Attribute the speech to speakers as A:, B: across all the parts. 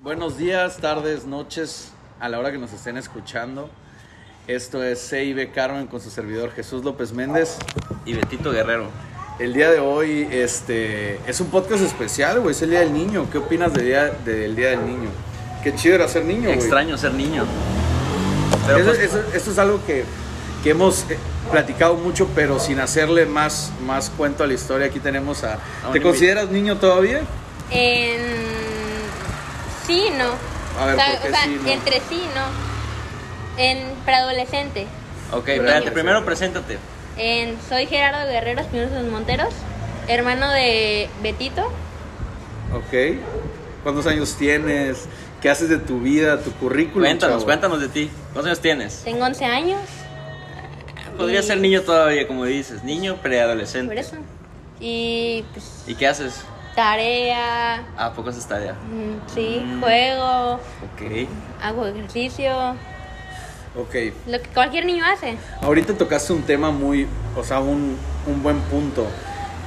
A: Buenos días, tardes, noches, a la hora que nos estén escuchando. Esto es CIB Carmen con su servidor Jesús López Méndez.
B: y Betito Guerrero.
A: El día de hoy este, es un podcast especial, güey. Es el Día del Niño. ¿Qué opinas del Día, del día del Niño? Qué chido era ser niño, güey.
B: Extraño ser niño. Pero
A: Eso,
B: pues,
A: eso- eso es algo que, que hemos eh, platicado mucho, pero sin hacerle más, más cuento a la historia. Aquí tenemos a...
B: un
A: ¿Te
B: invi-
A: consideras niño todavía?
C: En... Sí, no.
A: A ver,
C: o sea,
A: ¿por qué
C: o sea,
A: sí, no?
C: entre sí, no. En preadolescente.
B: ok,
A: Gracias.
B: espérate, primero preséntate.
C: En soy Gerardo Guerrero Espinosa de los Monteros, hermano de Betito.
A: Ok. ¿Cuántos años tienes? ¿Qué haces de tu vida? ¿Tu currículum?
B: Cuéntanos,
A: chavo?
B: cuéntanos de ti. ¿Cuántos años tienes?
C: Tengo 11 años.
B: Podría ser niño todavía, como dices. Niño
C: pues, Por
B: preadolescente.
C: eso. Y pues
B: ¿Y qué haces?
C: tarea,
B: ¿A poco haces tarea?
C: mm, sí,
B: Mm.
C: juego,
B: Ok.
C: hago ejercicio,
A: Ok.
C: lo que cualquier niño hace.
A: Ahorita tocaste un tema muy, o sea, un, un buen punto.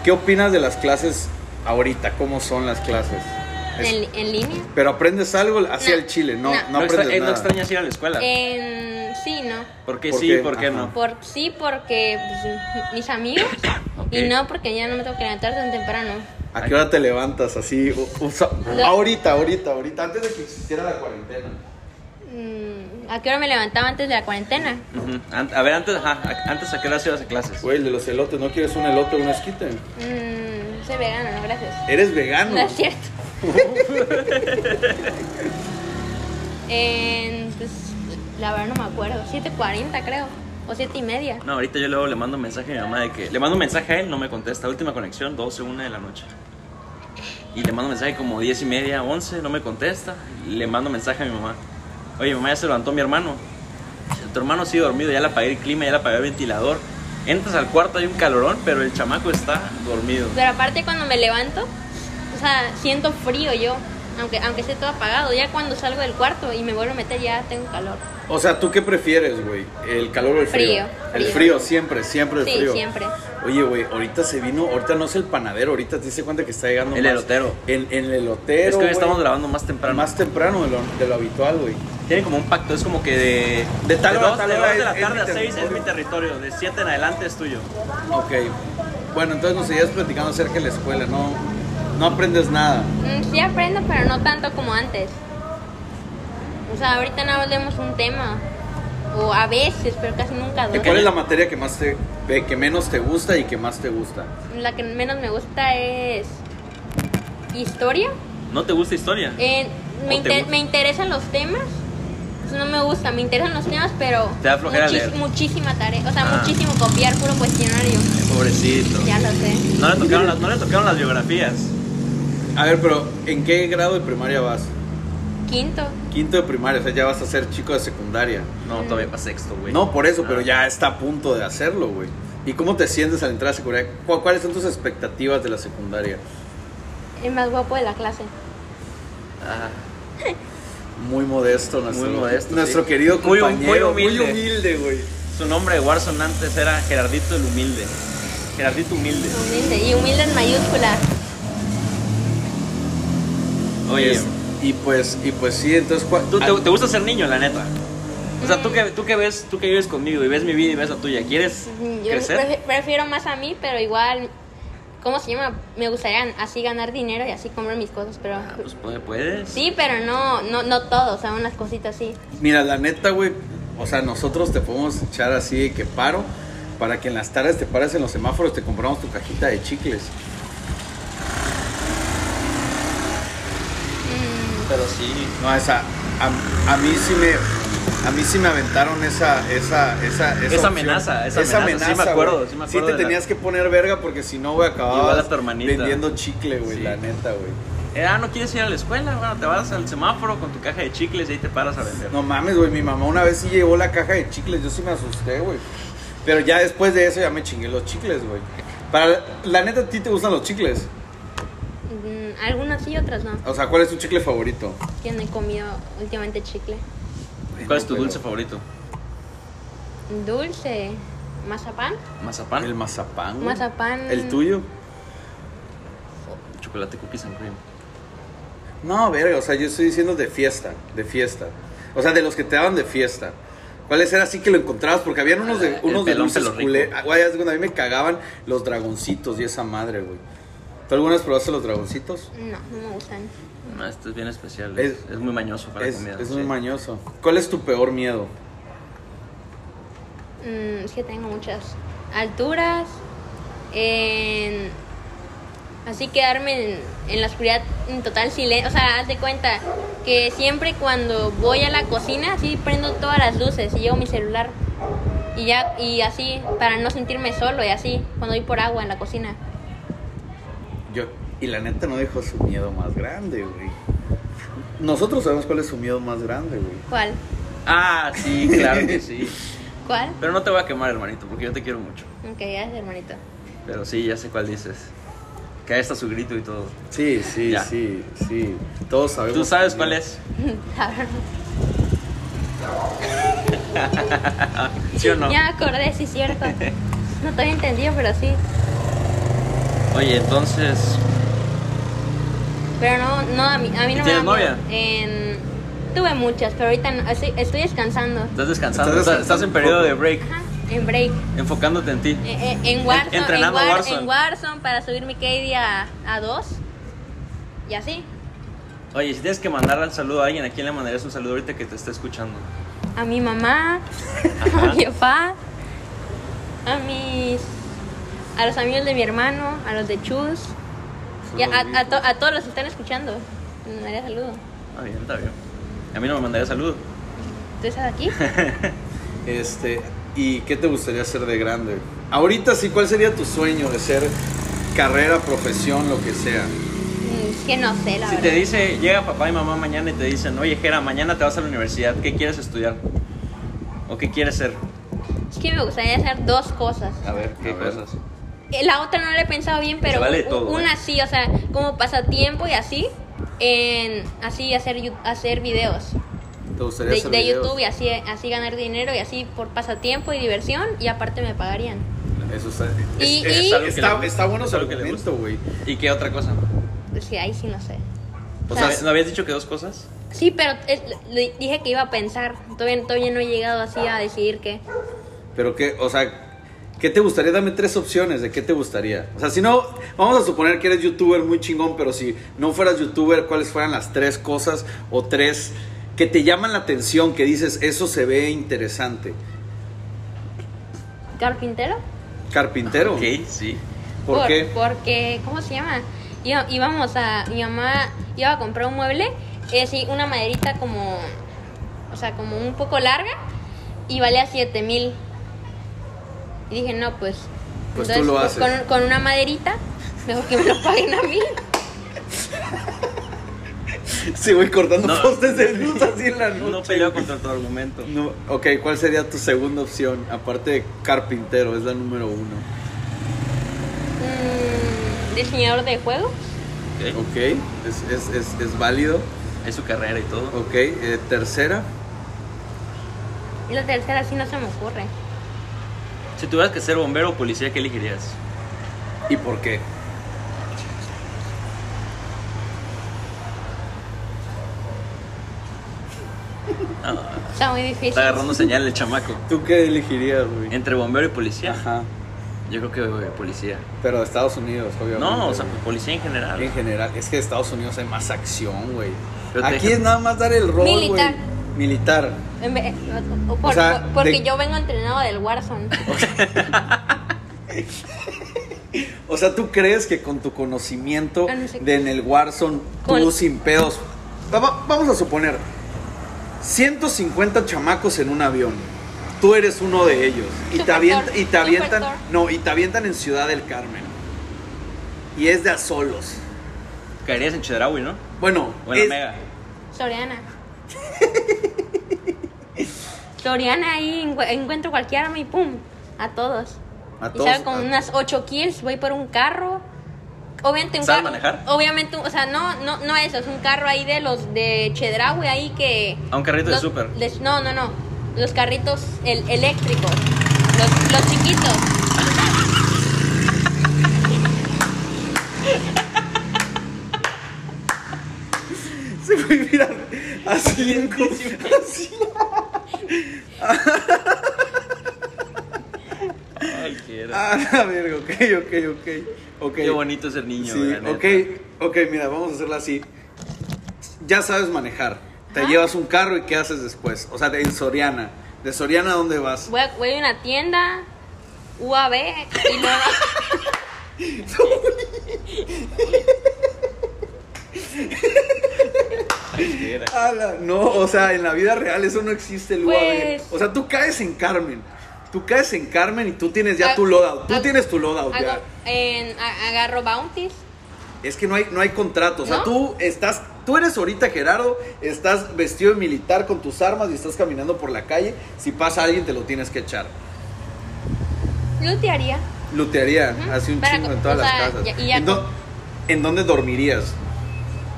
A: ¿Qué opinas de las clases ahorita? ¿Cómo son las clases? Es-
C: En, en línea.
A: Pero aprendes algo hacia
C: No,
A: el chile, no, no,
C: no.
B: ¿No, extra-
A: aprendes
B: eh, no
A: nada.
B: extrañas ir a la escuela?
C: Eh. En sí, no.
B: ¿Por qué
A: ¿Por
B: sí,
A: qué?
B: por qué
A: Ajá.
B: no?
C: Por, sí, porque pues, mis amigos
B: Ok.
C: y no porque ya no me tengo que levantar tan temprano.
A: ¿A qué hora te levantas así? O- o sea,
C: No.
A: Ahorita, ahorita, ahorita, antes de que existiera la cuarentena.
C: Mm, ¿A qué hora me levantaba antes de la cuarentena?
B: Ujú. An- A ver, antes, ajá, a- antes a qué hora ibas a clases.
A: Güey, el de los elotes, ¿no quieres un elote o un esquite?
C: Mm, soy vegana, no, gracias.
A: Eres vegano.
C: No es cierto. En, pues, la verdad no me acuerdo. 7.40 creo. O 7 y media.
B: No, ahorita yo luego le mando un mensaje a mi mamá de que. Le mando un mensaje a él, no me contesta. Última conexión, 12, 1 de la noche. Y le mando un mensaje como 10 y media, 11, no me contesta. Le mando mensaje a mi mamá. Oye, mamá, ya se levantó mi hermano. Dice, Tu hermano sigue dormido, ya le apagué el clima, ya le apagué el ventilador. Entras al cuarto, hay un calorón, pero el chamaco está dormido.
C: Pero aparte cuando me levanto, o sea, siento frío yo. Aunque, aunque esté todo apagado. Ya cuando salgo del cuarto y me vuelvo a meter ya tengo calor.
A: O sea, ¿tú qué prefieres, güey? ¿El calor o el frío?
C: Frío,
A: El
C: frío.
A: frío, siempre, siempre el
C: Sí,
A: frío.
C: siempre.
A: Oye, güey, ahorita se vino, ahorita no es el panadero, ahorita te diste cuenta que está llegando
B: El
A: más-
B: elotero.
A: El, el elotero.
B: es que hoy
A: güey,
B: estamos grabando más temprano.
A: más temprano de lo, de lo habitual, güey.
B: Tienen como un pacto, es como que de,
A: De tal hora a
B: dos-
A: tal
B: de
A: hora
B: dos de
A: es-
B: la
A: es
B: tarde
A: mi
B: a 6 es
A: territorio.
B: mi territorio, de 7 en adelante es tuyo.
A: Ok. Bueno, entonces nos seguías platicando acerca de la escuela, no, no aprendes nada.
C: Mm, Sí aprendo, pero no tanto como antes. O sea, ahorita no hablemos un tema. O a veces, pero casi nunca dos.
A: ¿Cuál es la materia que más te, de que menos te gusta y que más te gusta?
C: La que menos me gusta es historia.
B: ¿No te gusta historia?
C: Eh, me,
B: ¿O te
C: inter-
B: gusta?
C: me interesan los temas. Pues No me gusta, me interesan los temas, pero
B: Te da flojera leer.
C: muchísima tarea, o sea,
B: Ah.
C: muchísimo copiar, puro cuestionario.
B: Pobrecito.
C: Ya lo sé.
B: No le tocaron las, no le tocaron las biografías.
A: A ver, pero ¿en qué grado de primaria vas?
C: Quinto,
A: Quinto de primaria, o sea, ya vas a ser chico de secundaria.
B: No, todavía para sexto, güey.
A: No, por eso, pero
B: Ah.
A: ya está a punto de hacerlo, güey. ¿Y cómo te sientes al entrar a secundaria? ¿Cu- ¿Cuáles son tus expectativas de la secundaria?
C: el más guapo de la clase.
B: Ah,
A: Muy modesto, nuestro,
B: modesto,
A: nuestro
B: sí.
A: querido
B: Muy hum-
A: compañero.
B: muy humilde.
A: güey.
B: su nombre de Warzone antes era Gerardito el Humilde. Gerardito Humilde.
C: Humilde, y humilde en mayúsculas.
B: Oye,
A: Es- y pues, y pues sí, entonces, ¿cuál-
B: ¿tú, te,
A: al-
B: te gusta ser niño, la neta? O sea, ¿tú que, tú que ves, tú que vives conmigo y ves mi vida y ves la tuya, ¿quieres
C: Yo
B: crecer?
C: prefi- prefiero más a mí, pero igual, ¿cómo se llama? Me gustaría así ganar dinero y así comprar mis cosas, pero...
B: Ah, pues puede- puedes.
C: Sí, pero no, no, no todo, o sea, unas cositas sí.
A: mira, la neta, güey, o sea, nosotros te podemos echar así de que paro para que en las tardes te pares en los semáforos, te compramos tu cajita de chicles.
C: Mm,
B: Pero sí.
A: No, esa, a, a mí sí me... A mí sí me aventaron esa esa esa esa, opción.
B: amenaza, esa amenaza, sí me acuerdo,
A: güey.
B: sí me acuerdo
A: te
B: de la-
A: tenías que poner verga porque si no güey
B: Igual
A: acababas
B: a tu hermanita.
A: vendiendo chicle, güey,
B: Sí.
A: la neta, güey.
B: Eh, ah, ¿no quieres ir a la escuela? Bueno, te vas al semáforo con tu caja de chicles y ahí te paras a vender.
A: No mames, güey, mi mamá una vez sí llevó la caja de chicles, yo sí me asusté, güey. Pero ya después de eso ya me chingué los chicles, güey. Para, la neta, ¿a ti te gustan los chicles?
C: Mm, Algunas sí, otras no.
A: O sea, ¿cuál es tu chicle favorito?
C: Que no he comido últimamente chicle.
B: ¿Cuál es tu
A: Pero-
B: dulce favorito?
C: Dulce. ¿Mazapán?
B: ¿Mazapán?
A: El mazapán.
B: Mm.
A: güey.
C: Mazapán.
A: ¿El tuyo?
B: Chocolate cookies and cream.
A: No, verga, o sea, yo estoy diciendo de fiesta, de fiesta. O sea, de los que te daban de fiesta. ¿Cuáles era así que lo encontrabas? Porque habían unos de,
B: Ah, El
A: unos de
B: pelón
A: dulces
B: pelo rico.
A: culé. Ah, Güey, haz de cuenta, a mí me cagaban los dragoncitos y esa madre, güey. ¿Tú alguna vez probaste los dragoncitos?
C: No, no me gustan.
B: No, este es bien especial.
A: Es-
B: Es, es muy mañoso para
A: Es,
B: comida.
A: es
B: sí.
A: muy mañoso. ¿Cuál es tu peor miedo?
C: Mm, es que tengo muchas alturas. en- así quedarme en, en la oscuridad en total silencio. O sea, haz de cuenta que siempre cuando voy a la cocina, así prendo todas las luces y llevo mi celular. Y ya, y así, para no sentirme solo y así, cuando voy por agua en la cocina.
A: Yo, y la neta no dijo su miedo más grande, güey. Nosotros sabemos cuál es su miedo más grande, güey.
C: ¿Cuál?
B: Ah, sí, claro que sí.
C: ¿Cuál?
B: Pero no te voy a quemar, hermanito, porque yo te quiero mucho.
C: Ok, gracias, hermanito.
B: Pero sí, ya sé cuál dices. Que ahí está su grito y todo.
A: Sí, sí,
B: Ya.
A: sí, sí. Todos sabemos.
B: ¿Tú sabes
A: su
B: cuál
A: miedo.
B: es? ¿Sí o no?
C: Ya me acordé, sí, cierto. No te había entendido, pero sí.
B: Oye, entonces,
C: Pero no, no a mí, a mí no me da
B: ¿Tienes novia?
C: miedo. En- tuve muchas, pero ahorita no, estoy, estoy descansando.
B: estás descansando,
A: Estás
B: estás,
A: descansando
B: estás en
A: un
B: periodo
A: poco.
B: de break,
C: Ajá, en break.
B: enfocándote en ti.
C: Eh, eh, En, Warzone,
B: entrenando
C: en, War-
B: Warzone.
C: en Warzone para subir mi KD a, a 2. Y así.
B: Oye, si tienes que mandarle un saludo a alguien, ¿a quién le mandarías un saludo ahorita que te está escuchando?
C: A mi mamá, a mi papá, a mis. a los amigos de mi hermano, a los de Chus, y a, a- a to- a todos los que están escuchando. Les mandaría saludo.
B: Ah, bien, está bien. A mí no me mandaría saludo.
C: ¿Tú estás aquí?
A: Este, ¿y qué te gustaría ser de grande? Ahorita sí, ¿cuál sería tu sueño de ser carrera, profesión, lo que sea?
C: Mm, Es que no sé, la
B: Si
C: verdad.
B: te dice, llega papá y mamá mañana y te dicen, oye, Jera, mañana te vas a la universidad, ¿qué quieres estudiar? ¿O qué quieres ser?
C: Es que me gustaría hacer dos cosas.
B: A ver, ¿qué
A: A ver.
B: cosas?
C: Eh, La otra no la he pensado bien, pero
B: Se vale
C: u-
B: de todo,
C: u- una
B: ¿eh?
C: sí, o sea, como pasatiempo y así, en así hacer yu- hacer videos
A: ¿Te gustaría
C: de,
A: hacer
C: de
A: videos?
C: YouTube y así así ganar dinero y así por pasatiempo y diversión y aparte me pagarían.
A: Eso está,
C: Y-
A: es-
C: y-
A: está, está- está bueno
B: Es
A: su
B: algo que le gusta.
A: argumento, güey.
B: ¿Y qué otra cosa?
C: Pues sí, ahí sí no sé.
B: O
C: sea,
B: sea, ¿no habías dicho que dos cosas?
C: Sí, pero eh, le- dije que iba a pensar. Todavía, todavía no he llegado así a decidir qué.
A: Pero que, o sea, ¿qué te gustaría? Dame tres opciones de qué te gustaría. O sea, si no, vamos a suponer que eres youtuber muy chingón, pero si no fueras youtuber, ¿cuáles fueran las tres cosas o tres que te llaman la atención, que dices, eso se ve interesante?
C: ¿Carpintero?
A: Carpintero.
B: Ok, sí.
A: ¿Por, qué?
C: Porque, ¿cómo se llama? Iba- íbamos a, mi mamá iba a comprar un mueble, eh, sí, una maderita como, o sea, como un poco larga y valía 7 mil. Y dije, no, pues,
A: Pues tú lo haces.
C: Con, con una maderita, mejor que me lo paguen a mí.
A: Sí, voy cortando
B: No.
A: postes de luz así en la
B: No
A: noche.
B: peleo contra tu argumento.
A: No, ok, ¿cuál sería tu segunda opción? Aparte de carpintero, es la número uno.
C: Mm, diseñador de juegos,
B: Ok.
A: Ok, es, es, es, es válido.
B: Es su carrera y todo.
A: Ok, eh, tercera.
C: y la tercera sí no se me ocurre.
B: Si tuvieras que ser bombero o policía, ¿qué elegirías?
A: ¿Y por qué?
C: Está muy difícil.
B: Está agarrando señal el chamaco.
A: ¿Tú qué elegirías, güey?
B: Entre bombero y policía.
A: Ajá.
B: Yo creo que eh, policía.
A: Pero de Estados Unidos, obviamente.
B: No, o sea,
A: güey.
B: policía en general.
A: En general, es que de Estados Unidos hay más acción, güey.
B: Pero te
A: Aquí
B: dejan-
A: es nada más dar el rol, güey.
C: Militar.
A: Militar.
C: En vez- o- o por-
A: O sea,
C: por- porque
A: de-
C: yo vengo entrenado del Warzone.
A: O sea, ¿tú crees que con tu conocimiento
C: Ah, no sé.
A: de en el Warzone, tú
C: Con-
A: sin pedos... Va- va- Vamos a suponer, 150 chamacos en un avión. Tú eres uno de ellos. Y te,
C: Supertor,
A: avienta- y te avientan...
C: supertor.
A: No, y te avientan en Ciudad del Carmen. Y es de a solos.
B: Caerías en Chedraui, ¿no?
A: Bueno,
B: O en la
A: es-
B: Mega.
C: Soriana. Soriana ahí encu- encuentro cualquier arma y pum. A todos.
A: A
C: y
A: todos,
C: salgo con
A: a-
C: unas 8 kills, voy por un carro. Obviamente un
B: ¿Sabes
C: carro.
B: manejar?
C: Obviamente, un- o sea, no, no, no eso, es un carro ahí de los de Chedraui ahí que.
B: A Ah, un carrito de
C: los-
B: súper.
C: les- No, no, no. Los carritos el- eléctricos. Los, los chiquitos.
A: Se fue, mira, así en como- así.
B: Ay, quiero.
A: Ah, a ver, ok, ok, ok. okay.
B: Qué bonito ser niño,
A: Sí,
B: la neta.
A: ok, ok, mira, vamos a hacerla así. Ya sabes manejar. Te
C: Ajá.
A: llevas un carro y ¿qué haces después? O sea, de en Soriana. ¿De Soriana a dónde vas?
C: Voy a, voy a una tienda, UAB, y luego.
B: Quiera.
A: Ala, no, o sea, en la vida real eso no existe el UAB.
C: Pues-
A: O sea, tú caes en Carmen. Tú caes en Carmen y tú tienes ya
C: Ah,
A: tu loadout. Tú
C: ah,
A: tienes tu loadout ya.
C: hago- en- a- agarro bounties.
A: Es que no hay, no hay contrato. O sea,
C: ¿No?
A: tú estás. Tú eres ahorita Gerardo, estás vestido de militar con tus armas y estás caminando por la calle. Si pasa alguien, te lo tienes que echar.
C: Lootearía.
A: Lutearía,
C: Ujú.
A: así un
C: Para
A: chingo
C: co-
A: en todas
C: o sea,
A: las casas.
C: ya- y ya
A: ¿En, dó- en dónde dormirías?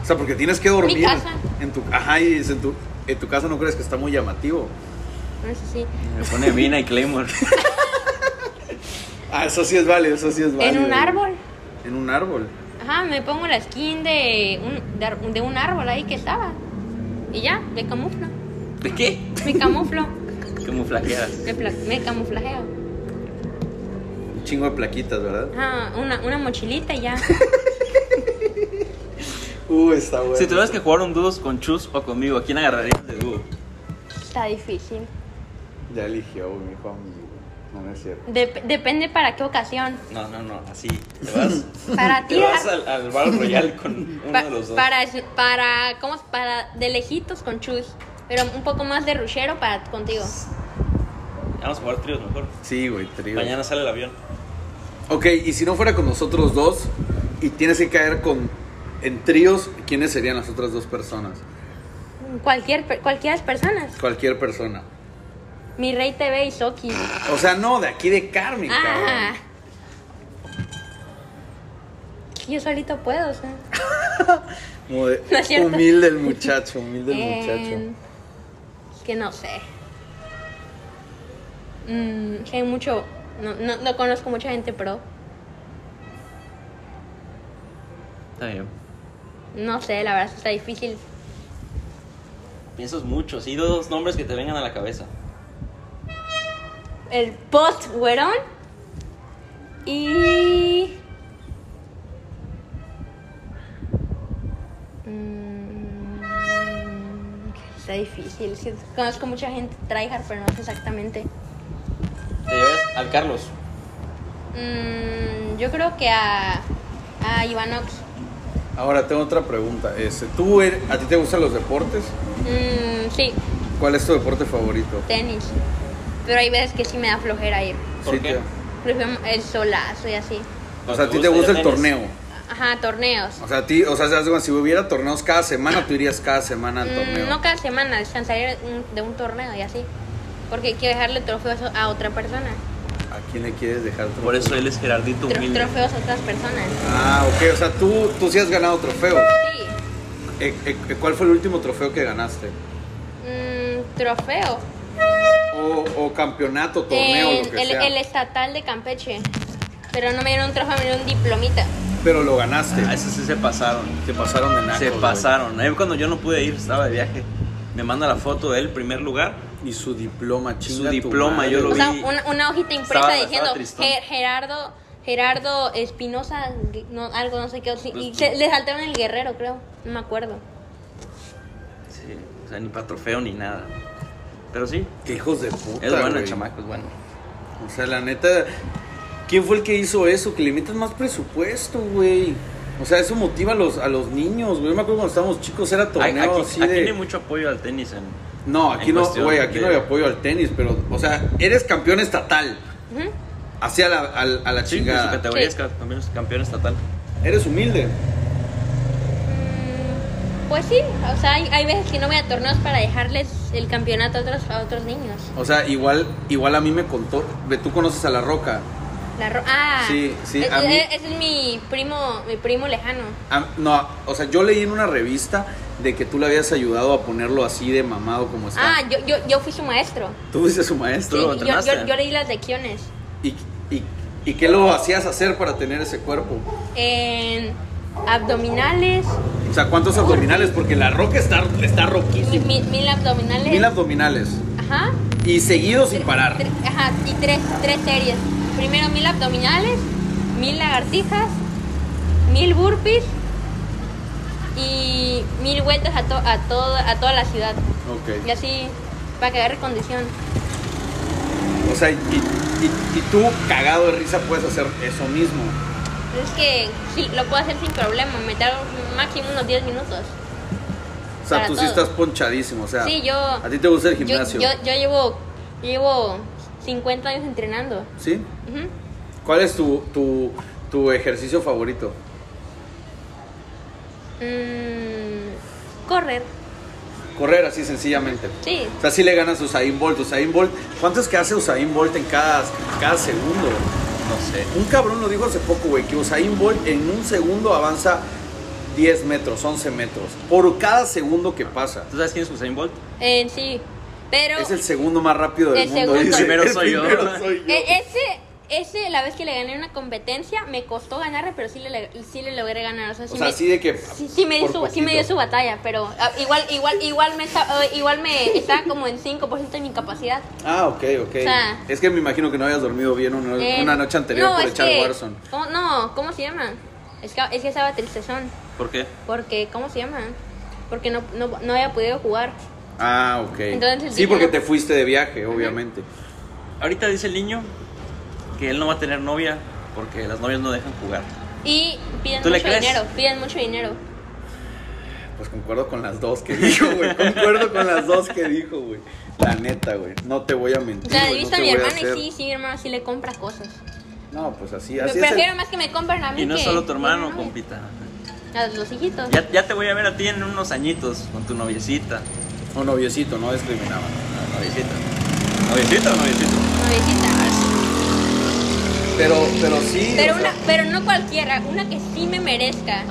A: O sea, porque tienes que dormir.
C: casa.
A: En tu, ajá, y es en tu, en tu casa no crees que está muy llamativo.
C: No sé si.
B: Me pone Mina y Claymore.
A: Ah, eso sí es válido, eso sí es válido.
C: En un
A: güey.
C: árbol.
A: En un árbol.
C: Ajá, me pongo la skin de un, de, ar- de un árbol ahí que estaba. Y ya, me camuflo.
B: ¿De qué?
C: Me camuflo.
B: Como flaqueas.
C: Me, pla- me camuflajeo.
A: Un chingo de plaquitas, ¿verdad?
C: Ajá, una, una mochilita y ya.
A: Uh, está bueno.
B: Si tuvieras que jugar un dúos con Chus o conmigo, ¿a quién agarrarías de dúo?
C: Está difícil.
A: Ya eligió, güey, mi hijo amigo. No, no es cierto.
C: Dep- depende para qué ocasión.
B: No, no, no, así. Te vas,
C: Para
B: te vas
C: tirar.
B: al, al Battle Royale con uno
C: Pa-
B: de los dos.
C: para, para, ¿cómo es? Para de lejitos con Chus. Pero un poco más de ruchero para contigo.
B: Vamos a jugar tríos mejor.
A: Sí, güey, trío.
B: Mañana sale el avión.
A: Ok, y si no fuera con nosotros dos y tienes que caer con en tríos, ¿quiénes serían las otras dos personas?
C: Cualquier, per- cualquiera de las personas.
A: Cualquier persona.
C: Mi Rey TV y Soki.
A: O sea, no, de aquí de Carmen,
C: Ah.
A: cabrón.
C: Yo solito puedo, o sea.
A: Como de-
C: No es cierto.
A: humilde el muchacho, humilde el
C: Eh,
A: muchacho.
C: Que no sé. Mm, que hay mucho. No, no, no conozco mucha gente pero
B: Está bien.
C: No sé, la verdad está difícil.
B: Piensas mucho, sí, dos nombres que te vengan a la cabeza.
C: El post güerón y. Mm, Está difícil. Es que Conozco mucha gente tryhard, pero no sé exactamente.
B: Te llevas al Carlos.
C: Mm, yo creo que a, a Ivanox.
A: Ahora tengo otra pregunta. Este, ¿Tú er- a ti te gustan los deportes?
C: Mm, sí,
A: ¿Cuál es tu deporte favorito?
C: tenis. Pero hay veces que sí me da flojera ir.
B: ¿Por qué?
A: te-
C: Prefiero el solazo y así.
A: o sea, a ti te gusta el torneo.
C: Ajá, torneos.
A: O sea, a ti, o sea, se hace como si hubiera torneos cada semana, tú irías cada semana al
C: Mm,
A: torneo.
C: no cada semana, descansaré un- de un torneo y así. Porque quiero dejarle trofeos a otra persona.
A: ¿A quién le quieres dejar trofeo?
B: Por eso él es Gerardito
C: Tro-
B: humilde.
C: trofeos a otras personas.
A: Ah, ok, o sea, tú, tú sí has ganado trofeos.
C: Sí.
A: Eh, eh, eh, ¿Cuál fue el último trofeo que ganaste?
C: Mm, trofeo.
A: O, o campeonato, torneo,
C: En
A: lo que
C: el,
A: sea.
C: el estatal de Campeche. Pero no me dieron un trofeo, me dieron un diplomita.
A: Pero lo ganaste.
B: Ah, esos sí se pasaron.
A: Se pasaron de nacos,
B: Se
A: güey.
B: pasaron. Ahí cuando yo no pude ir, estaba de viaje. Me manda la foto de él, primer lugar.
A: Y su diploma, chinga tu
B: diploma,
A: madre,
B: yo lo
C: O
A: güey.
C: sea,
B: vi.
C: una, una hojita impresa
B: Estaba-
C: diciendo
B: estaba tristón.
C: "Ger- Gerardo Gerardo Espinosa, no, algo, no sé qué. sí, Y
A: Pues,
C: se- le saltaron el guerrero, creo. No me acuerdo.
B: Sí, o sea, ni para trofeo ni nada. Pero sí,
A: Qué hijos de puta.
B: es bueno
A: güey.
B: el chamaco, es bueno.
A: O sea, la neta. ¿Quién fue el que hizo eso? Que le metan más presupuesto, güey. O sea, eso motiva a los, a los niños, güey. Yo me acuerdo cuando estábamos chicos, era
B: Ay,
A: torneo
B: aquí
A: así
B: aquí
A: de.
B: no hay mucho apoyo al tenis en.
A: No, aquí
B: en
A: no,
B: cuestión
A: güey, aquí
B: de-
A: no hay apoyo al tenis, pero, o sea, eres campeón estatal.
C: Ujú.
A: Así a la, al- a la
B: Sí, pues, en su
A: chingada.
B: categoría
C: Sí.
B: es ca- también es campeón estatal.
A: Eres humilde.
C: Mm, Pues sí, o sea, hay, hay veces que no voy a torneos para dejarles el campeonato a otros, a otros niños.
A: O sea, igual, igual a mí me contó, ve, tú conoces a La Roca.
C: La ro- ah,
A: Sí, sí,
C: es,
A: a mí-
C: es- es mi primo, mi primo lejano.
A: Ah, no, o sea, yo leí en una revista de que tú le habías ayudado a ponerlo así de mamado como está.
C: Ah, yo, yo, yo fui su maestro.
A: tú fuiste su
C: Sí,
A: maestro.
B: lo
C: yo, yo,
B: entrenaste?
C: yo leí las lecciones.
A: ¿Y, y, y qué lo hacías hacer para tener ese cuerpo?
C: En abdominales,
A: O sea, ¿cuántos abdominales? Porque la roca está, está
C: mi-
A: roquísima.
C: mi- mil abdominales.
A: Mil abdominales.
C: Ajá.
A: Y seguido sin parar.
C: Tre- Ajá, y tres, tres series. Primero mil abdominales, mil lagartijas, mil burpees y mil vueltas a, to- a, todo, a toda la ciudad. Y
A: Ok.
C: así para que agarre condición.
A: O sea, y, y- y tú cagado de risa puedes hacer eso mismo.
C: Es que sí, lo puedo hacer sin problema, me tardo máximo unos 10 minutos.
A: O sea,
C: Para
A: tú sí
C: todo.
A: estás ponchadísimo. O sea,
C: Sí, yo-
A: a ti te gusta el
C: Yo,
A: gimnasio.
C: yo, yo llevo, llevo 50 años entrenando.
A: ¿Sí?
C: Ujú.
A: ¿Cuál es tu, tu, tu ejercicio favorito?
C: Mm, correr,
A: Correr así sencillamente.
C: sí.
A: O sea, sí le ganas a Usain Bolt. Usain Bolt, ¿cuánto es que hace Usain Bolt en cada, cada segundo?
B: No sé.
A: Un cabrón lo dijo hace poco, güey, que Usain Bolt en un segundo avanza 10 metros, 11 metros, por cada segundo que pasa.
B: ¿Tú sabes quién es Usain Bolt?
C: Eh, sí. Pero
A: Es el segundo más rápido del
C: El
A: mundo.
C: segundo.
B: Primero soy yo.
A: primero soy yo.
C: E- ese, ese, la vez que le gané una competencia, me costó ganarle, pero sí le, sí le logré ganar. O sea, sí
A: o sea,
C: me,
A: así de que...
C: sí- sí me dio
A: por
C: su, sí me dio su
A: poquito.
C: batalla, pero ah, igual, igual, igual me, esta- eh, igual me estaba como en 5% de mi capacidad.
A: Ah, ok, ok.
C: sea-
A: es que me imagino que no habías dormido bien una,
C: Eh,
A: una noche anterior
C: no,
A: por
C: es
A: echar
C: que-
A: Warzone.
C: ¿cómo- no, ¿cómo se llama? Es que, es que estaba tristezón,
B: ¿Por qué?
C: porque, ¿cómo se llama? Porque no, no, no había podido jugar.
A: Ah, ok.
C: Entonces,
A: sí,
C: el
A: porque
C: dinero-
A: te fuiste de viaje, obviamente.
B: Ahorita dice el niño que él no va a tener novia porque las novias no dejan jugar.
C: Y piden
B: ¿Tú
C: mucho
B: le crees?
C: dinero, piden mucho dinero.
A: Pues concuerdo con las dos que dijo, güey. Concuerdo con las dos que dijo, güey. La neta, güey. No te voy a mentir.
C: O sea, he
A: güey, no
C: visto a
A: te
C: mi
A: voy a
C: hermano y
A: hacer-
C: sí, sí, mi hermano sí le compra cosas.
A: No, pues así,
C: Yo
A: así es. el-
C: prefiero más que me compren a mí
B: Y no
C: que-
B: es solo tu hermano,
C: no, no,
B: compita.
C: A los hijitos.
B: Ya, ya te voy a ver a ti en unos añitos con tu noviecita.
A: O noviecito, no discriminaba.
B: No, noviecita. ¿Noviecita o noviecito?
C: Noviecita.
A: Pero, pero Ah, sí.
C: Pero
A: o
C: una,
A: sea, Ah.
C: pero no cualquiera, una que sí me merezca.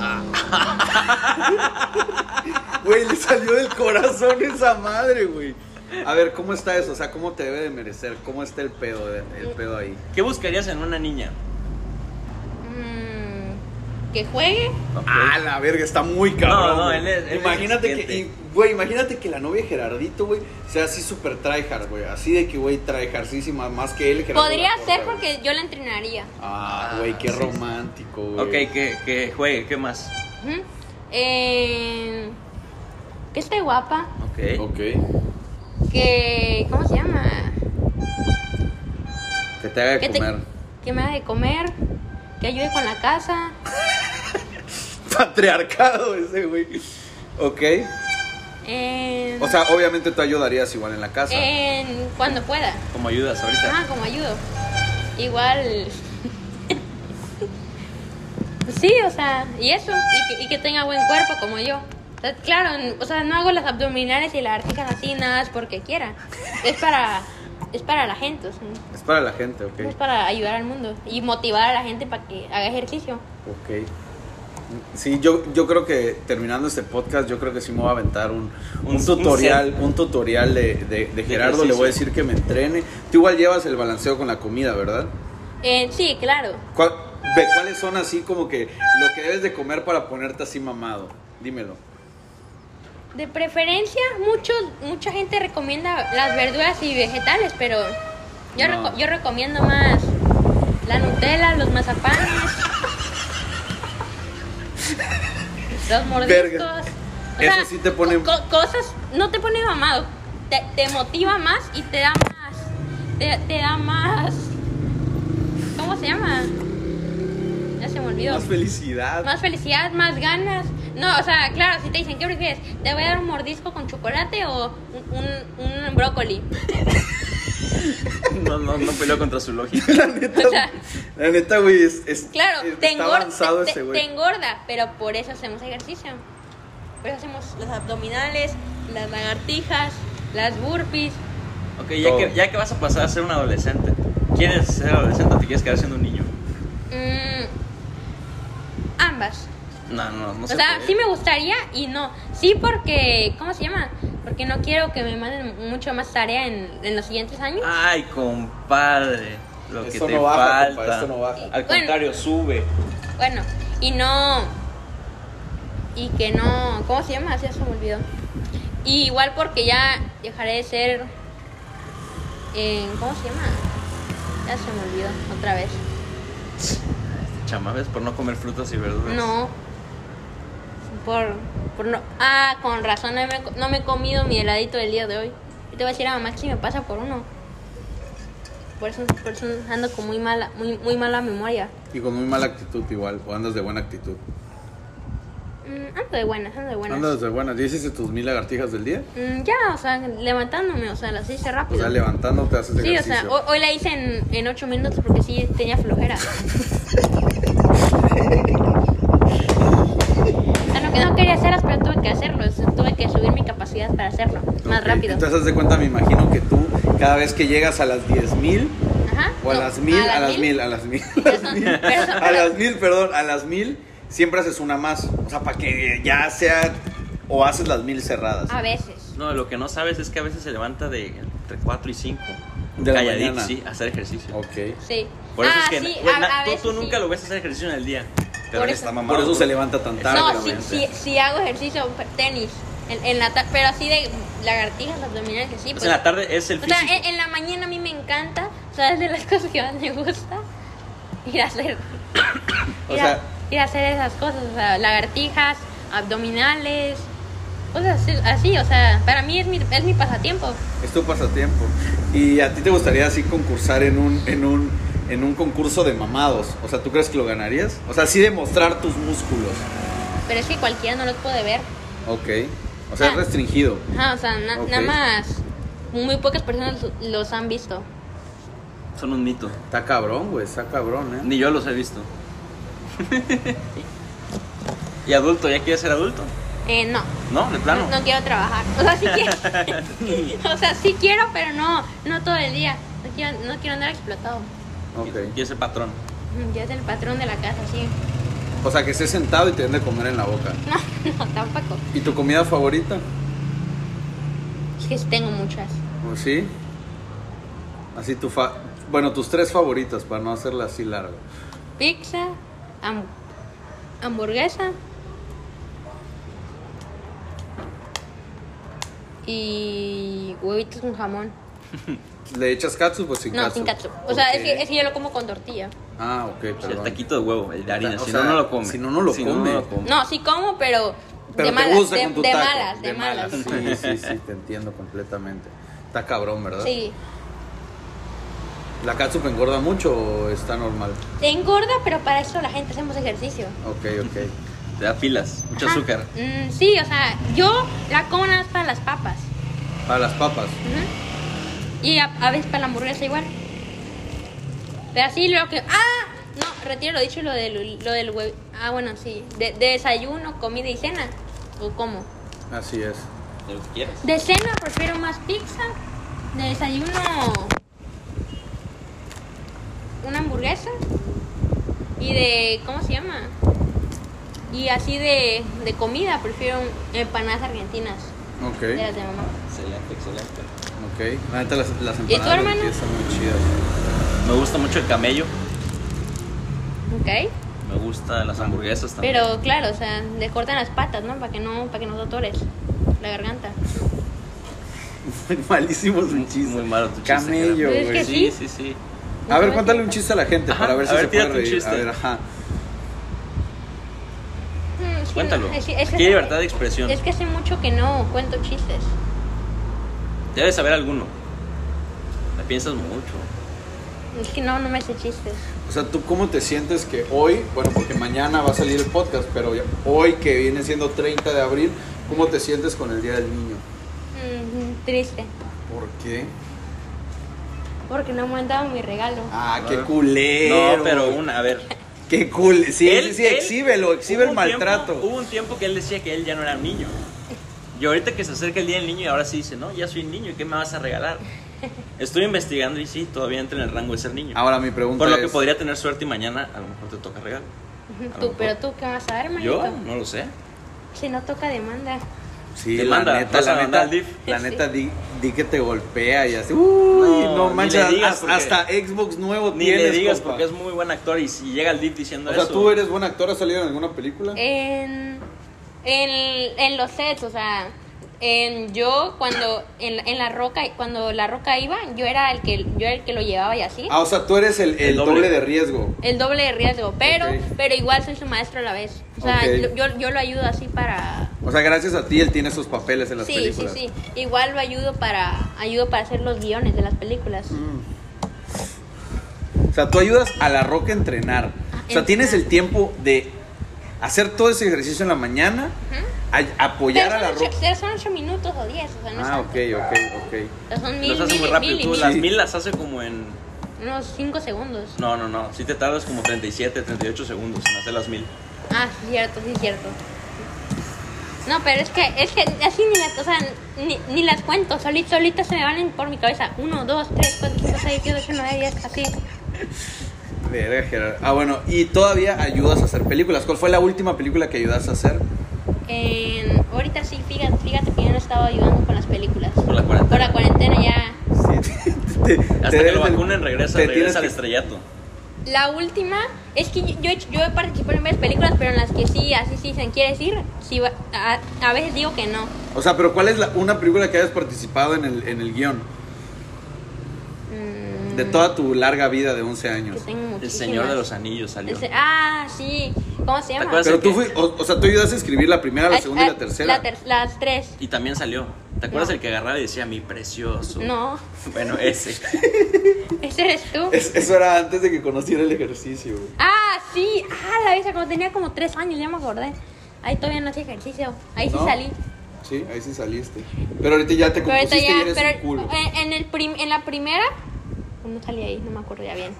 A: Güey, le salió del corazón esa madre, güey. A ver, ¿cómo está eso? O sea, ¿cómo te debe de merecer? ¿Cómo está el pedo, de- el pedo ahí?
B: ¿Qué buscarías en una niña?
C: Mm, que juegue.
A: Ah, la verga, está muy cabrón.
B: No, no,
A: güey.
B: él es- él es
A: imagínate que,
B: exigente.
A: y, güey, imagínate que la novia de Gerardito, güey, sea así súper tryhard, güey. Así de que, güey, tryhardísima, más que él. Gerardo
C: Podría
A: Laporta,
C: ser
A: güey.
C: porque yo la entrenaría.
A: Ah, güey, qué
B: Sí, sí.
A: romántico, güey.
B: Ok, que, que juegue, ¿qué más?
C: Ujú. Eh, que esté guapa.
B: Ok.
A: Ok. Que
C: Que. ¿Cómo se llama?
A: te haga de
C: Que, te-
A: comer.
C: que me haga de comer. Que ayude con la casa.
A: Patriarcado ese, güey. Ok.
C: eh,
A: O sea, obviamente tú ayudarías igual en la casa.
C: en- cuando pueda.
B: ¿Cómo ayudas ahorita?
C: Ah, como ayudo. Igual. sí, o sea, y eso. Y que, y que tenga buen cuerpo como yo. O sea, claro, n- o sea, no hago las abdominales y las articas así nada más porque quiera. Es para. Es para la gente, o sea,
A: Es para la gente, ok.
C: es para ayudar al mundo y motivar a la gente para que haga ejercicio.
A: Ok. Sí, yo, yo creo que terminando este podcast, yo creo que sí me voy a aventar un, un
B: Un- un
A: tutorial, un, tutorial de, de- de Gerardo. Le voy a
B: ejercicio.
A: decir que me entrene. Tú igual llevas el balanceo con la comida, ¿verdad?
C: Eh, sí, claro.
A: ¿Cuál- ve, ¿Cuáles son así como que lo que debes de comer para ponerte así mamado? Dímelo.
C: De preferencia, mucho, mucha gente recomienda las verduras y vegetales, pero yo,
A: No.
C: reco- yo recomiendo más la Nutella, los mazapanes, los mordiscos.
A: Verga.
C: O
A: Eso
C: sea,
A: sí te pone-
C: co- cosas, no te pone mamado, te, te motiva más y te da más. Te, te da más. ¿Cómo se llama? Ya se me olvidó
A: Más felicidad.
C: más felicidad, más ganas. No, o sea, claro, si te dicen, ¿qué prefieres? ¿Te voy a dar un mordisco con chocolate o un, un, un brócoli?
B: No, no, no peleó contra su lógica.
A: La neta,
C: O sea-
A: la neta, güey, es, es-
C: Claro,
A: es-
C: te
A: está
C: engorda,
A: avanzado
C: te,
A: ese
C: te-
A: güey.
C: te engorda, pero por eso hacemos ejercicio. Por eso hacemos las abdominales, las lagartijas, las burpees.
B: Ok, ya
A: Todo.
B: que, ya que vas a pasar a ser un adolescente, ¿quieres ser adolescente o te quieres quedar siendo un niño?
C: mm, ambas.
B: No, no, no
C: O
B: se
C: sea,
B: puede.
C: sí me gustaría y no. Sí porque, ¿cómo se llama? Porque no quiero que me manden mucho más tarea en, en los siguientes años.
B: Ay, compadre, lo
A: Esto
B: que te
A: no baja,
B: falta.
A: compa, esto no baja.
B: Al
C: Bueno.
B: contrario, sube.
C: Bueno, y no. Y que no. ¿Cómo se llama? Ya se me olvidó. Y igual porque ya dejaré de ser. eh, ¿Cómo se llama? Ya se me olvidó otra vez.
B: Chamaves por no comer frutas y verduras.
C: No. Por, por no. Ah, con razón, no me, no me he comido mi heladito del día de hoy. Yo te voy a decir a mamá que si me pasa por uno. Por eso, por eso ando con muy mala, muy, muy mala memoria.
A: Y con muy mala actitud igual, o andas de buena actitud.
C: Mm, ando de buenas, ando de buenas.
A: Andas de buena, dices tus mil lagartijas del día.
C: Mm, ya, o sea, levantándome, o sea, las
B: Pues
C: hice
A: O
C: rápido.
A: sea, levantándote haces
C: sí, o
A: ejercicio.
C: sea, ho- hoy la hice en, en 8 minutos porque sí tenía flojera. Ah, no, que no quería hacerlas, pero tuve que hacerlo. o sea, Tuve que subir mi capacidad para hacerlo más
A: Ok,
C: rápido.
A: Entonces, haz de cuenta, me imagino que tú, cada vez que llegas a las 10.000
C: Ajá.
A: o a
C: no,
A: las 1.000, a las 1.000, a las 1.000,
C: Pero son- pero son-
A: a las 1.000, perdón, a las 1.000, siempre haces una más. O sea, para que ya sea, o haces las 1.000 cerradas.
C: A veces.
B: No, lo que no sabes es que a veces se levanta de entre 4 y 5.
A: De la
B: calladito,
A: mañana.
B: sí, a hacer ejercicio.
A: Ok.
C: Sí.
B: Por eso
C: ah,
B: es que
C: sí,
B: bueno,
C: a, a
B: tú,
C: veces.
B: tú nunca
C: sí.
B: lo ves hacer ejercicio en el día. Pero
C: Por
B: él
C: eso.
B: está mamado.
A: Por eso
B: tú.
A: se levanta tan tarde.
C: No, sí,
A: obviamente.
C: sí, sí hago ejercicio, tenis. En, en la ta- pero así de lagartijas, abdominales, así.
B: O
C: Pues,
B: sea, en la tarde es el
C: O
B: físico.
C: sea, en, en la mañana a mí me encanta, o sea, es de las cosas que más me gusta ir a hacer.
A: O
C: ir,
A: sea-
C: a, ir a hacer esas cosas, o sea, lagartijas, abdominales, cosas así, así, o sea, para mí es mi, es mi pasatiempo.
A: Es tu pasatiempo. ¿Y a ti te gustaría así concursar en un, en un, en un concurso de mamados? O sea, ¿tú crees que lo ganarías? O sea, sí demostrar tus músculos.
C: Pero es que cualquiera no lo puede ver.
A: Ok. O sea, es
C: Ah.
A: restringido.
C: Ajá, o sea, na-
A: Ok.
C: nada más muy pocas personas los- los han visto. eh,
B: Son un mito.
A: Está cabrón, güey, está cabrón, ¿eh?
B: Ni yo los he visto. ¿Y adulto? ¿Ya quieres ser adulto?
C: Eh, no,
B: No,
A: Ah,
B: de plano.
C: no, no quiero trabajar. O sea, sí quiero, o sea, sí quiero, pero no, no todo el día. No quiero, no quiero andar explotado.
A: Ok.
B: Quieres ser patrón.
C: Mm, Ya es el patrón de la casa, sí.
A: O sea, que estés sentado y te den de comer en la boca.
C: No, no, tampoco.
A: ¿Y tu comida favorita?
C: Es que sí tengo muchas.
A: Pues sí. Así tu fa... Bueno, tus tres favoritas, para no hacerla así largo.
C: Pizza, ham- hamburguesa y huevitos con jamón.
A: ¿Le echas katsu? Pues sin
C: No,
A: katsu.
C: sin katsu. O sea, es
A: Ok.
C: que, es que yo lo como con tortilla.
A: Ah, ok,
B: O sea, el
A: perdón.
B: taquito de huevo, el de harina.
A: O
B: si
A: sea,
B: no, no lo come.
A: si no, no lo come.
B: come.
C: No, sí como, pero,
A: Pero
C: de
A: te
C: malas,
A: gusta
C: de,
A: con tu
C: de
A: taco,
C: malas, de, malas.
A: Sí, sí, sí, te entiendo completamente. Está cabrón, ¿verdad?
C: Sí.
A: ¿La catsup engorda mucho o está normal?
C: Te engorda, pero para eso la gente hacemos ejercicio.
A: Ok, ok.
B: Te da pilas, mucho
C: Ajá.
B: azúcar.
C: Mm, sí, o sea, yo la como nada más para las papas.
A: Para las papas.
C: Ujú. Y a, a veces para la hamburguesa igual. Pero así lo que... ¡Ah! No, retiro lo dicho, lo del, lo del hue- Ah, bueno, sí. De, de desayuno, comida y cena. ¿O cómo?
A: Así es.
B: De lo que quieras.
C: De cena prefiero más pizza. De desayuno... Una hamburguesa. Y de... ¿Cómo se llama? Y así de, de comida prefiero empanadas argentinas.
A: Ok,
C: De las de mamá.
B: Excelente, excelente.
A: ok. La neta, las, las
C: tu
A: empanadas
C: hermano?
A: de están muy chidas.
B: Me gusta mucho el camello.
C: ¿Ok?
B: Me gustan las hamburguesas también.
C: Pero claro, o sea, le cortan las patas, ¿no? Para que no, para que no doctores la garganta.
A: Malísimos
B: muy,
A: un chiste.
B: muy malo tu chiste.
A: Camello,
C: Pero es
A: güey.
C: que-
B: creo. Sí, sí, sí.
A: A ver, cuéntale un chiste a la gente
B: Ajá,
A: para ver
B: a
A: si
B: ver,
A: se puede
B: tírate un
A: reír.
B: chiste.
A: A ver, ajá.
C: Mm, sí,
B: Cuéntalo.
C: es- es que-
B: Aquí hay libertad de expresión.
C: Es que hace mucho que no cuento chistes.
B: Debes saber alguno. La piensas mucho.
C: Es que no, no me hace chistes.
A: O sea, ¿tú cómo te sientes que hoy, bueno, porque mañana va a salir el podcast, pero ya- hoy que viene siendo 30 de abril, ¿cómo te sientes con el Día del Niño?
C: Mm, triste.
A: ¿Por qué?
C: Porque no me han dado mi regalo.
A: Ah, qué
B: No,
A: culero.
B: No, pero
A: güey.
B: una, a ver.
A: Qué cool. Sí,
B: Él-
A: sí, sí,
B: él-
A: exhíbelo, exhibe
B: hubo
A: el
B: un tiempo-
A: maltrato.
B: hubo un tiempo que él decía que él ya no era un niño. Y ahorita que se acerca el día del niño y ahora sí dice, no, ya soy niño, ¿y qué me vas a regalar? Estoy investigando y sí, todavía entra en el rango de ser niño.
A: Ahora mi pregunta
B: Por lo
A: es,
B: que podría tener suerte y mañana a lo mejor te toca regalo. A lo
C: Tú,
B: mejor.
C: pero tú, ¿qué vas a dar, manito?
B: Yo no lo sé.
C: Si no toca demanda.
A: sí,
B: te
A: la
B: manda,
A: neta,
B: vas a
A: la neta,
B: mandar al DIF.
A: la
C: Sí.
A: neta di, di que te golpea y así. Uy,
B: No,
A: no,
B: ni
A: manches,
B: le digas
A: hasta,
B: porque-
A: hasta Xbox nuevo
B: Ni
A: tienes,
B: le digas
A: compa.
B: porque es muy buen actor y si llega al DIP diciendo
A: O sea,
B: eso.
A: tú eres buen actor, ¿has salido en alguna película?
C: Eh, En, en, en los sets, o sea, en, yo cuando en, en la roca cuando la roca iba, yo era el que yo era el que lo llevaba y así.
A: Ah, o sea, tú eres el, el
B: El
A: doble.
B: doble.
A: de riesgo.
C: El doble de riesgo, pero
A: Ok.
C: pero igual soy su maestro a la vez. O sea,
A: Ok.
C: lo- yo, yo lo ayudo así para
A: O sea, gracias a ti él tiene esos papeles en las
C: Sí,
A: películas.
C: sí, sí. Igual lo ayudo para ayudo para hacer los guiones de las películas.
A: Mm. O sea, tú ayudas a la roca a entrenar. O sea,
C: entrenar.
A: tienes el tiempo de hacer todo ese ejercicio en la mañana, a- apoyar
C: Pero
A: a
C: son
A: la
C: ocho,
A: roca.
C: pero son ocho minutos o 10, o sea, no es
A: Ah,
C: tanto.
A: ok, ok, ok.
C: O sea, Son mil,
B: Los hace
C: mil,
B: muy
C: y-
B: rápido.
C: mil y
B: Tú
C: mil.
B: las
A: Sí.
B: mil las hace como en.
C: Unos 5 segundos.
B: No, no, no. Si te tardas como 37, 38 segundos en hacer las mil.
C: Ah, sí, cierto, sí, cierto. No, pero es que, es que así ni las, o sea, ni, ni las cuento, soli- solitas se me van en- por mi cabeza. Uno, dos, tres, cuatro, cinco, seis, siete, ocho, nueve, diez, así.
A: Verga, Gerard. Ah, bueno, y todavía ayudas a hacer películas. ¿Cuál fue la última película que ayudaste a hacer?
C: En- ahorita sí, fíjate, fíjate que yo no estaba ayudando con las películas.
B: Por la cuarentena.
C: Por la cuarentena ya.
A: Sí, te- te- te
B: Hasta que
A: debes
B: lo
A: del-
B: vacunen, regresa,
A: te tienes
B: regresa al
A: que-
B: estrellato.
C: La última es que yo, yo, he hecho- yo he participado en varias películas, pero en las que sí, así sí, se quiere decir, sí, va- a, a veces digo que no.
A: O sea, pero ¿cuál es la- una película que hayas participado en el, en el guión?
C: Mm,
A: De toda tu larga vida de 11
C: que
A: años.
C: tengo
B: El
C: muchísimas.
B: Señor de los Anillos salió.
C: El se- Ah, sí. ¿Cómo se llama?
B: acuerdas
A: Pero tú
B: que-
A: fui- o, o sea, tú ayudas a escribir la primera, la
C: Ah,
A: segunda y
C: ah,
A: la tercera.
C: la ter- las tres.
B: Y también salió. ¿Te acuerdas
C: No.
B: el que agarraba y decía, mi precioso?
C: No,
B: Bueno, ese.
C: ese eres tú.
A: Es- eso era antes de que conociera el ejercicio. güey.
C: Ah, sí. Ah, la visa cuando tenía como tres años, ya me acordé. Ahí todavía no hacía ejercicio. Ahí
A: ¿No?
C: sí salí.
A: Sí, ahí sí saliste. Pero ahorita ya te
C: Pero ahorita
A: compusiste y
C: ya.
A: eres
C: Pero eh.
A: un culo.
C: en, en el prim- en la primera. No salí ahí, no me acuerdo ya bien.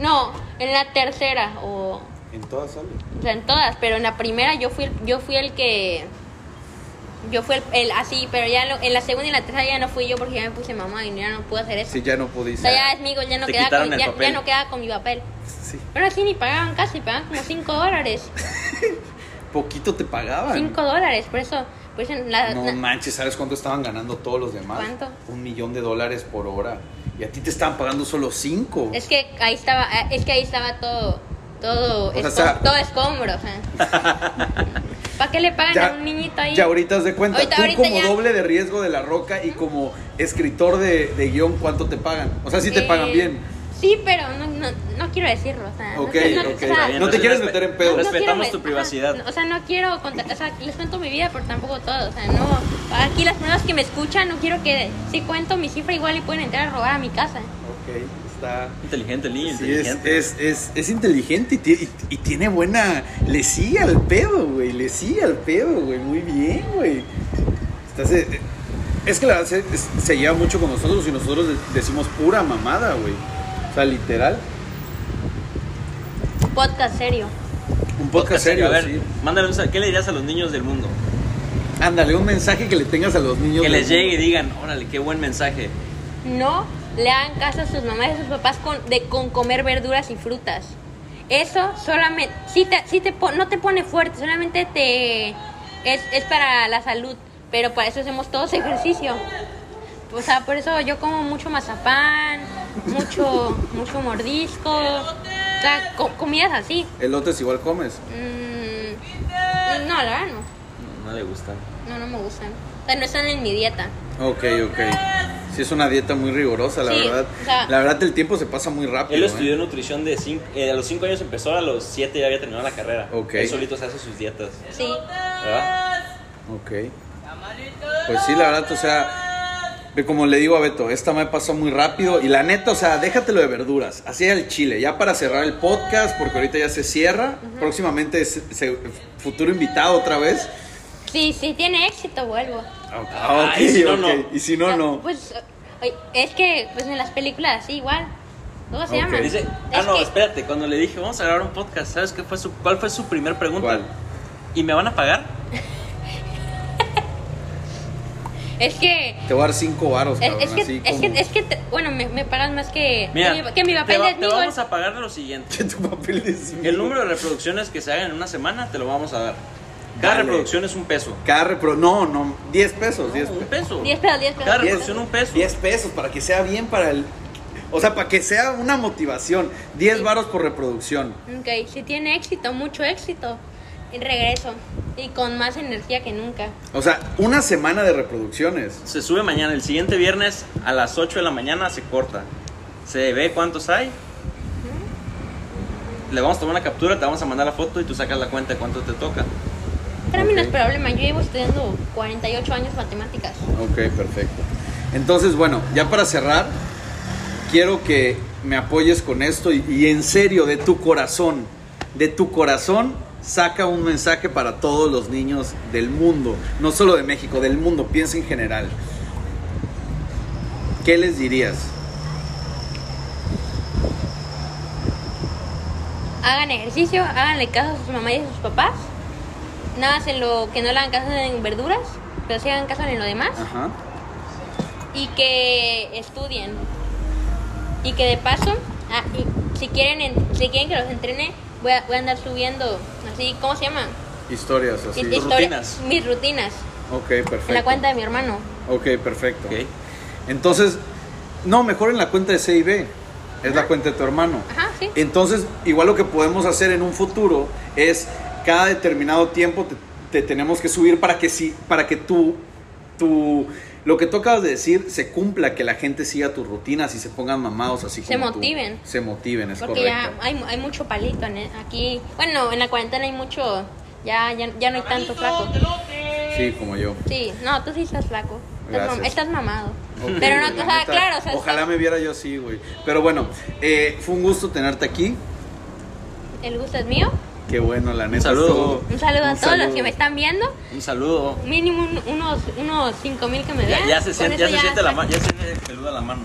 C: No, en la tercera. O,
A: En todas sales.
C: o sea, en todas. Pero en la primera yo fui, el- yo fui el que. Yo fui el, el- así, pero ya lo- en la segunda y en la tercera ya no fui yo porque ya me puse mamá y ya no pude hacer eso.
A: Sí, ya no
C: O
A: pudiste.
C: sea, ya es mi gol, ya no,
B: Te
C: queda
B: quitaron
C: con,
B: el
C: ya,
B: papel.
C: ya no queda con mi papel.
A: Sí.
C: Pero así ni pagaban casi, pagaban como 5 dólares.
A: Poquito te pagaban.
C: 5 dólares, por eso. Por eso la-
A: No
C: na-
A: manches, ¿sabes cuánto estaban ganando todos los demás?
C: ah, ¿Cuánto?
A: Un millón de dólares por hora. Y a ti te estaban pagando solo cinco.
C: es que ahí estaba, ah, es que ahí estaba todo, todo,
A: sea,
C: escom-
A: está-
C: todo escombro. o sea. ¿Para qué le pagan a un niñito ahí?
A: ya ahorita haz de cuenta,
C: Ahorita-
A: tú
C: ahorita
A: como
C: ya.
A: doble de riesgo de la roca y como escritor de, de guión, ¿cuánto te pagan? O sea, si te
C: Eh,
A: pagan bien.
C: Sí, pero no, no, no quiero decirlo. O sea, no
A: Ok,
C: quiero- no,
A: ok.
C: o sea,
A: bien. No te quieres meter en pedos.
C: no quiero
B: Respetamos
C: met-
B: tu
C: ajá,
B: privacidad.
C: o sea, no quiero contar, o sea, les cuento mi vida, pero tampoco todo. O sea, no. Aquí las personas que me escuchan, no quiero que si cuento mi cifra igual y pueden entrar a robar a mi casa.
A: Ok, está...
B: Inteligente el niño,
A: Sí, es,
B: inteligente.
A: es, es, es inteligente y, ti- y- y tiene buena. Le sigue al pedo, güey. Le sigue al pedo, güey. Muy bien, güey. Estás, eh, eh, es que la verdad se, es- se lleva mucho con nosotros y nosotros de- decimos pura mamada, güey. O sea, literal.
C: Podcast serio.
A: Un podcast serio,
B: A ver,
A: sí.
B: mándale un sal- ¿Qué le dirías a los niños del mundo?
A: Ándale, un mensaje que le tengas a los niños.
B: que
A: del
B: les llegue y
A: mundo.
B: digan, órale, qué buen mensaje.
C: No le hagan caso a sus mamás y a sus papás con, de, con comer verduras y frutas. Eso solamente, sí te, sí te po- no te pone fuerte, solamente te es, es para la salud, pero para eso hacemos todos ejercicio. O sea, por eso yo como mucho mazapán, mucho, mucho mordisco, o sea, co- comidas así.
A: Elotes igual comes.
C: Mm, no, la verdad no,
B: No, no le gusta.
C: no, no me gustan. O sea, no están en mi dieta.
A: Ok, ok. Sí, es una dieta muy rigurosa, la
C: Sí,
A: verdad.
C: o sea-
A: la verdad, el tiempo se pasa muy rápido.
B: Él
A: ¿eh?
B: estudió nutrición de cinco, eh, a los 5 años empezó, a los 7 ya había terminado la carrera.
A: Ok.
B: Él solito se hace sus dietas,
C: Sí.
B: ¿verdad?
A: Ok. Pues sí, la verdad, o sea, ve como le digo a Beto, esta me pasó muy rápido y la neta, o sea, déjatelo de verduras, así el chile, ya para cerrar el podcast, porque ahorita ya se cierra, próximamente es- se- futuro invitado otra vez.
C: Sí, sí, tiene éxito, vuelvo.
A: Ah, ok,
B: y si no,
A: ok.
B: no.
A: Y si no, no.
C: Pues eh, es que pues en las películas así igual. ¿Cómo se
A: Ok.
C: llama?
B: Dice, ah,
C: Es
B: no,
C: que-
B: espérate, cuando le dije, vamos a grabar un podcast, ¿sabes qué fue su, cuál fue su primer pregunta?
A: ¿Cuál?
B: ¿Y me van a pagar?
C: Es que...
A: Te voy a dar cinco varos,
C: Es,
A: cabrón.
C: es que,
A: así
C: es
A: como-
C: que, es que te- bueno, me, me pagan más que,
B: Mira,
C: que mi- que mi papel
B: te, va-
C: de
B: te
C: Smigol.
B: vamos a pagar lo siguiente.
A: tu papel es
B: El número de reproducciones que se hagan en una semana te lo vamos a dar. Cada
A: Vale.
B: reproducción es un peso.
A: Cada repro- No, no, 10 pesos, 10
B: No, un
A: pesos.
B: peso.
C: 10 pesos, 10 pesos.
B: Cada reproducción un peso.
A: 10 pesos para que sea bien para el. O sea, para que sea una motivación. 10 varos por reproducción.
C: Ok, si tiene éxito, mucho éxito, regreso. Y con más energía que nunca.
A: O sea, una semana de reproducciones.
B: Se sube mañana, el siguiente viernes a las 8 de la mañana se corta. Se ve cuántos hay. Le vamos a tomar una captura, te vamos a mandar la foto y tú sacas la cuenta de cuánto te toca.
C: Para mí no es
A: Ok.
C: problema, yo llevo estudiando 48 años matemáticas.
A: Ok, perfecto. Entonces, bueno, ya para cerrar, quiero que me apoyes con esto y, y en serio, de tu corazón, de tu corazón, saca un mensaje para todos los niños del mundo, no solo de México, del mundo, piensa en general. ¿Qué les dirías?
C: Hagan ejercicio, háganle caso a sus mamás y a sus papás. Nada más en lo que no le hagan caso en verduras, pero sí hagan caso en lo demás.
A: Ajá.
C: Y que estudien. Y que de paso, ah, y si, quieren, en- si quieren que los entrene, voy a, voy a andar subiendo, así, ¿cómo se llama?
A: Historias así.
C: Hist-
B: rutinas.
C: Mis rutinas.
A: Ok, perfecto.
C: En la cuenta de mi hermano.
A: Ok, perfecto.
B: ¿ok?
A: Entonces, no, mejor en la cuenta de CIB. Es la cuenta de tu hermano.
C: Ajá, sí.
A: Entonces, igual lo que podemos hacer en un futuro es cada determinado tiempo te, te tenemos que subir para que sí, para que tú, tú, lo que tú acabas de decir se cumpla, que la gente siga tus rutinas y se pongan mamados así
C: Se
A: como tú.
C: motiven.
A: Se motiven, es
C: Porque ya
A: correcto.
C: hay, hay mucho palito en- e, aquí. Bueno, en la cuarentena hay mucho. Ya, ya, ya no hay tanto flaco.
A: Sí, como yo.
C: Sí, no, tú sí estás flaco. Estás, mam-
A: Gracias.
C: estás mamado.
A: Ok,
C: Pero no,
A: güey, la
C: o sea,
A: neta,
C: claro, o sea,
A: ojalá me viera yo así, güey. Pero bueno, eh, fue un gusto tenerte aquí.
C: el gusto es mío.
A: Qué bueno, la neta.
B: saludo.
A: estuvo-
C: Un saludo a
A: un
C: todos los que me están viendo.
B: Un saludo.
C: Mínimo un- unos, unos 5 mil que me
B: Ya,
C: vean.
B: ya se
C: Con
B: siente,
C: eso
B: ya se siente la
C: saco-
B: mano, ya se siente peluda la mano.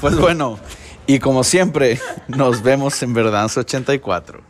A: Pues bueno, y como siempre, nos vemos en Verdanza 84.